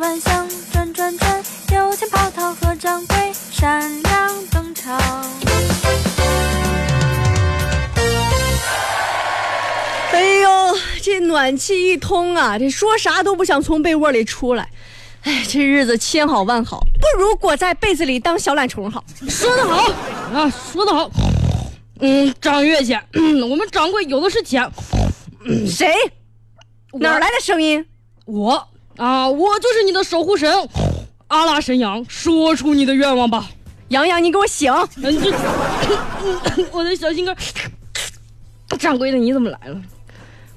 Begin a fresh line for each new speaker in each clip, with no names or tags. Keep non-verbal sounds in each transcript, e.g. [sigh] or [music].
万象转转转，有钱跑堂和掌柜闪亮登场。
哎呦，这暖气一通啊，这说啥都不想从被窝里出来。哎，这日子千好万好，不如裹在被子里当小懒虫好。
说得好啊，说得好。嗯，张月姐，嗯我们掌柜有的是钱。
谁？哪儿来的声音？
我啊，我就是你的守护神，阿拉神羊。说出你的愿望吧。
洋洋，你给我醒！
嗯，这我的小心肝。掌柜的，你怎么来了？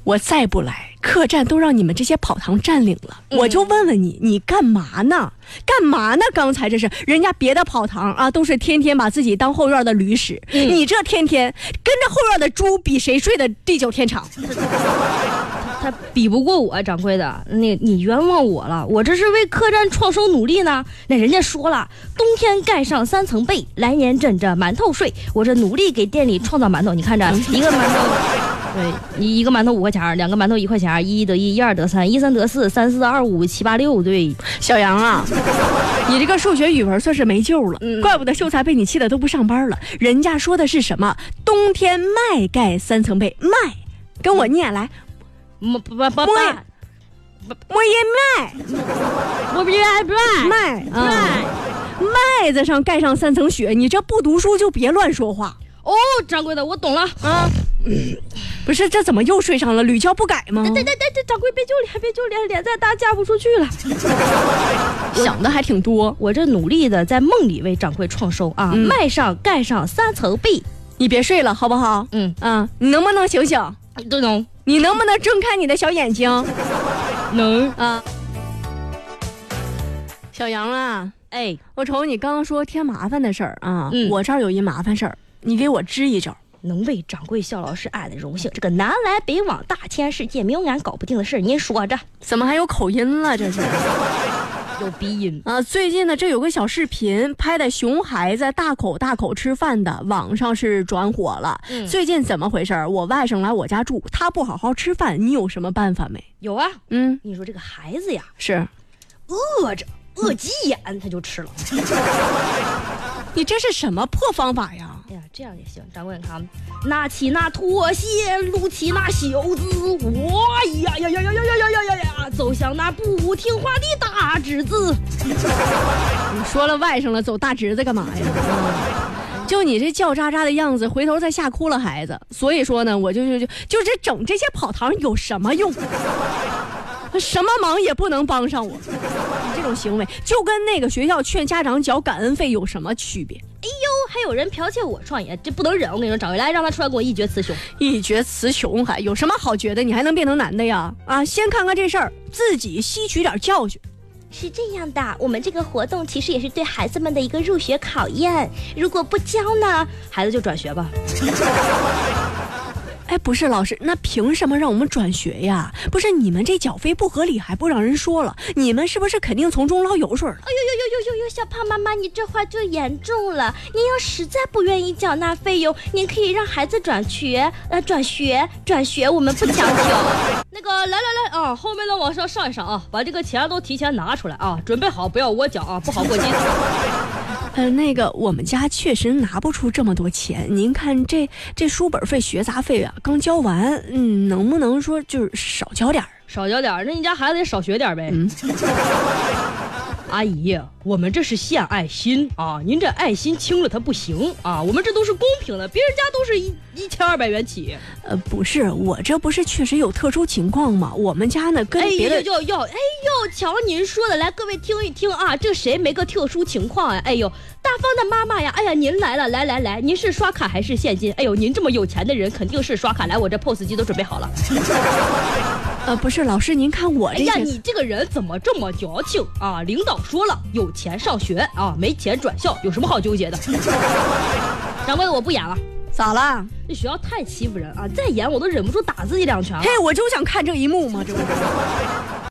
我再不来，客栈都让你们这些跑堂占领了。我就问问你，你干嘛呢？干嘛呢？刚才这是人家别的跑堂啊，都是天天把自己当后院的驴使，你这天天跟着后院的猪比谁睡的地久天长。
他比不过我，掌柜的，你你冤枉我了，我这是为客栈创收努力呢。那人家说了，冬天盖上三层被，来年枕着馒头睡。我这努力给店里创造馒头，你看着一个馒头， [laughs] 对，一一个馒头五块钱儿，两个馒头一块钱儿，一一得一，一二得三，一三得四，三四二五，七八六，对，
小杨
[laughs]
啊，你这个数学、语文算是没救了，
嗯
怪不得秀才被你气的都不上班了。人家说的是什么？冬天麦盖三层被，麦，跟我念来，
么嗯不不不
摸摸一
不不不，
麦麦
嗯
啊，麦子上盖上三层雪，你这不读书就别乱说话。
哦，掌柜的，我懂了啊。
不是，这怎么又睡上了？屡教不改吗？
对对对对，掌柜别揪脸，别揪脸，脸再大嫁不出去了。
想的还挺多。
我这努力的在梦里为掌柜创收啊，
嗯
麦上盖上三层被，
你别睡了，好不好？
嗯
啊，你能不能醒醒？
都能
你能不能睁开你的小眼睛
能，
啊？小杨啊，
哎，
我瞅你刚刚说添麻烦的事儿啊，
嗯
我这儿有一麻烦事儿，你给我支一招。
能为掌柜肖老师俺的荣幸。这个南来北往大千世界，没有俺搞不定的事儿。您说着，
怎么还有口音了？这是 [laughs]
有鼻音，
啊，最近呢，这有个小视频拍的熊孩子大口大口吃饭的，网上是转火了。
嗯
最近怎么回事儿？我外甥来我家住，他不好好吃饭，你有什么办法没？
有啊。
嗯，
你说这个孩子呀，
是
饿着饿急眼他就吃了。
你这是什么破方法呀？
哎呀，这样也行。掌柜，你看，拿起那拖鞋，撸起那袖子，我呀呀呀呀呀呀呀呀呀呀，走向那不听话的大侄子。
你说了外甥了，走大侄子干嘛呀？ [laughs] 就你这叫喳喳的样子，回头再吓哭了孩子。所以说呢，我就就就就这整这些跑堂有什么用？什么忙也不能帮上我，你这种行为就跟那个学校劝家长缴感恩费有什么区别？
还有人剽窃我创业，这不能忍！我跟你说，掌柜来让他出来给我一决雌雄。
一决雌雄还有什么好觉得？你还能变成男的呀？啊，先看看这事儿，自己吸取点教训。
是这样的，我们这个活动其实也是对孩子们的一个入学考验。如果不交呢，
孩子就转学吧。
哎，不是老师，那凭什么让我们转学呀？不是你们这缴费不合理，还不让人说了？你们是不是肯定从中捞油水了？
呦呦呦呦，小胖妈妈，你这话就严重了。您要实在不愿意缴纳费用，您可以让孩子转学，呃，转学，转学，我们不强求。
[laughs] 那个，来来来啊，后面的往上上一上啊，把这个钱都提前拿出来啊，准备好，不要我讲啊，不好过节。
呃，那个我们家确实拿不出这么多钱，您看这这书本费、学杂费啊，刚交完，嗯，能不能说就是少交点儿？
少交点儿，那你家孩子也少学点儿呗。
嗯
[laughs] 阿姨，我们这是献爱心啊，您这爱心轻了他不行啊，我们这都是公平的，别人家都是一一千二百元起。
呃，不是，我这不是确实有特殊情况吗？我们家呢跟
哎
别的、
呦呦呦，哎呦，瞧您说的，来各位听一听啊，这谁没个特殊情况啊？哎呦，大方的妈妈呀，哎呀，您来了，来来来，您是刷卡还是现金？哎呦，您这么有钱的人，肯定是刷卡。来，我这 POS 机都准备好了。
呃，不是老师，您看我
哎
这些、
呀，你这个人怎么这么矫情啊？领导说了，有钱上学啊，没钱转校，有什么好纠结的？掌柜的，我不演了，
咋了？
这学校太欺负人啊！再演我都忍不住打自己两拳了
嘿。，我就想看这一幕嘛，这不是。